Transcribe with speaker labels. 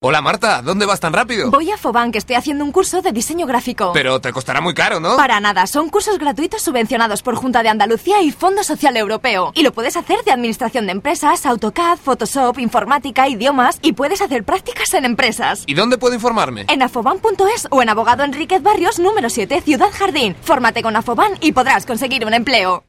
Speaker 1: Hola Marta, ¿dónde vas tan rápido?
Speaker 2: Voy a Foban, que estoy haciendo un curso de diseño gráfico.
Speaker 1: Pero te costará muy caro, ¿no?
Speaker 2: Para nada, son cursos gratuitos subvencionados por Junta de Andalucía y Fondo Social Europeo. Y lo puedes hacer de administración de empresas, AutoCAD, Photoshop, informática, idiomas y puedes hacer prácticas en empresas.
Speaker 1: ¿Y dónde puedo informarme?
Speaker 2: En afoban.es o en Abogado Enríquez Barrios número 7, Ciudad Jardín. Fórmate con Afoban y podrás conseguir un empleo.